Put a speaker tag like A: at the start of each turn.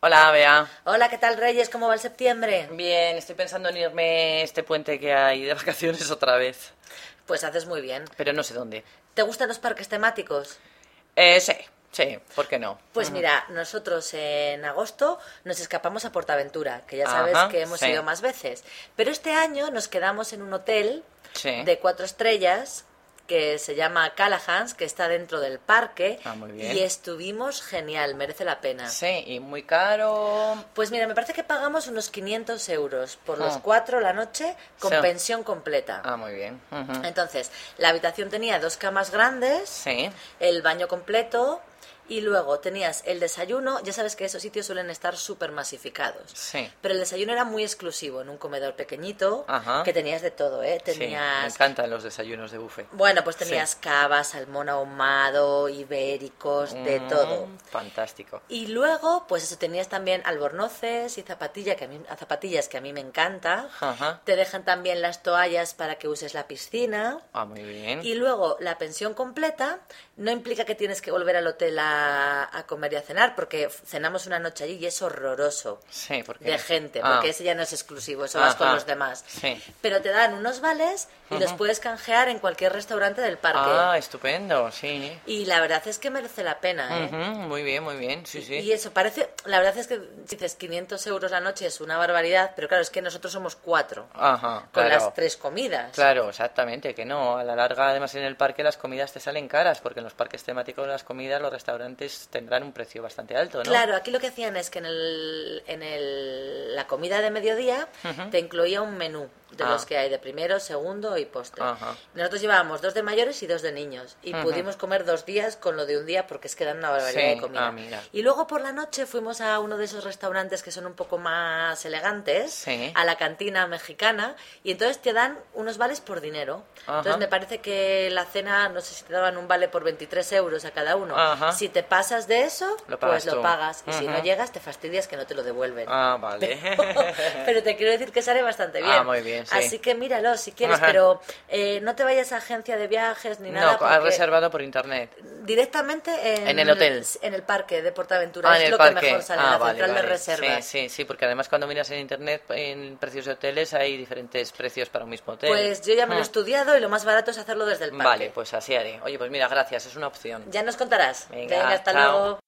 A: Hola, Bea.
B: Hola, ¿qué tal Reyes? ¿Cómo va el septiembre?
A: Bien, estoy pensando en irme este puente que hay de vacaciones otra vez,
B: Pues haces muy bien.
A: pero no sé dónde.
B: ¿Te gustan los parques temáticos?
A: Eh, sí, sí, ¿por qué no?
B: Pues mira, nosotros en agosto nos escapamos a Portaventura, que ya sabes
A: Ajá,
B: que hemos
A: sí.
B: ido más veces. Pero este año nos quedamos en un hotel
A: Sí.
B: de cuatro estrellas que se llama Callahan's, que está dentro del parque.
A: Ah, muy bien.
B: Y estuvimos genial, merece la pena.
A: Sí, y muy caro.
B: Pues mira, me parece que pagamos unos 500 euros por los
A: Ah.
B: cuatro la noche con
A: Sí.
B: pensión completa.
A: Ah, muy bien. ujú.
B: Entonces, la habitación tenía dos camas grandes,
A: Sí,
B: el baño completo y luego tenías el desayuno. Ya sabes que esos sitios suelen estar súper masificados.
A: sí.
B: Pero el desayuno era muy exclusivo, en un comedor pequeñito,
A: Ajá.
B: que tenías de todo, ¿eh?
A: sí, me
B: Tenías...
A: encantan los desayunos de buffet.
B: bueno, pues tenías
A: Sí.
B: cava, salmón ahumado, ibéricos, de todo.
A: Mm, Fantástico.
B: Y luego, pues eso, tenías también albornoces y zapatilla, que a mí, zapatillas que a mí me encanta.
A: Ajá.
B: Te dejan también las toallas para que uses la piscina.
A: Ah, muy bien.
B: Y luego la pensión completa no implica que tienes que volver al hotel a, a comer y a cenar, porque f- cenamos una noche allí y es horroroso
A: Sí, porque...
B: de gente,
A: Ah,
B: porque ese ya no es exclusivo, eso vas con
A: Ajá,
B: los demás.
A: sí.
B: Pero te dan unos vales y los puedes canjear en cualquier restaurante del parque.
A: Ah, estupendo, sí.
B: Y la verdad es que merece la pena, ¿eh?
A: Ujú, muy bien, muy bien, sí, sí.
B: Y eso parece, la verdad es que dices 500 euros la noche es una barbaridad, pero claro, es que nosotros somos cuatro,
A: Ajá,
B: con
A: claro.
B: las tres comidas.
A: Claro, exactamente, que no. A la larga, además, en el parque las comidas te salen caras, porque en los parques temáticos las comidas, los restaurantes tendrán un precio bastante alto, ¿no?
B: Claro, aquí lo que hacían es que en, el, en el- la comida de mediodía te incluía un menú de
A: Ah.
B: los que hay de primero, segundo y postre.
A: Ajá.
B: Nosotros llevábamos dos de mayores y dos de niños y pudimos comer dos días con lo de un día porque es que dan una barbaridad
A: Sí,
B: de comida.
A: ah, mira.
B: Y luego por la noche fuimos a uno de esos restaurantes que son un poco más elegantes,
A: Sí.
B: a la cantina mexicana y entonces te dan unos vales por dinero.
A: Ajá.
B: Entonces me parece que la cena, no sé si te daban un vale por 23 euros a cada uno.
A: Ajá.
B: Si te pasas de eso,
A: Lo pagas
B: pues
A: tú.
B: lo pagas. Y si no
A: Ujú.
B: llegas, te fastidias que no te lo devuelven.
A: Ah, vale.
B: pero te quiero decir que sale bastante bien.
A: Ah, muy bien, sí.
B: Así que míralo si quieres,
A: Ajá.
B: pero eh, no te vayas a agencia de viajes ni nada.
A: no, has
B: porque
A: reservado por internet.
B: Directamente en,
A: En el hotel.
B: En el parque de Portaventura.
A: Ah,
B: es
A: en el
B: lo
A: parque.
B: que mejor sale
A: ah,
B: en la
A: vale,
B: central de
A: vale.
B: reservas.
A: Sí, sí, sí, porque además cuando miras en internet, en precios de hoteles, hay diferentes precios para un mismo hotel.
B: Pues yo ya me lo he
A: Ah,
B: estudiado y lo más barato es hacerlo desde el parque.
A: Vale, pues así haré. Oye, pues mira, gracias, es una opción.
B: Ya nos contarás.
A: Venga,
B: hasta
A: chao.
B: luego.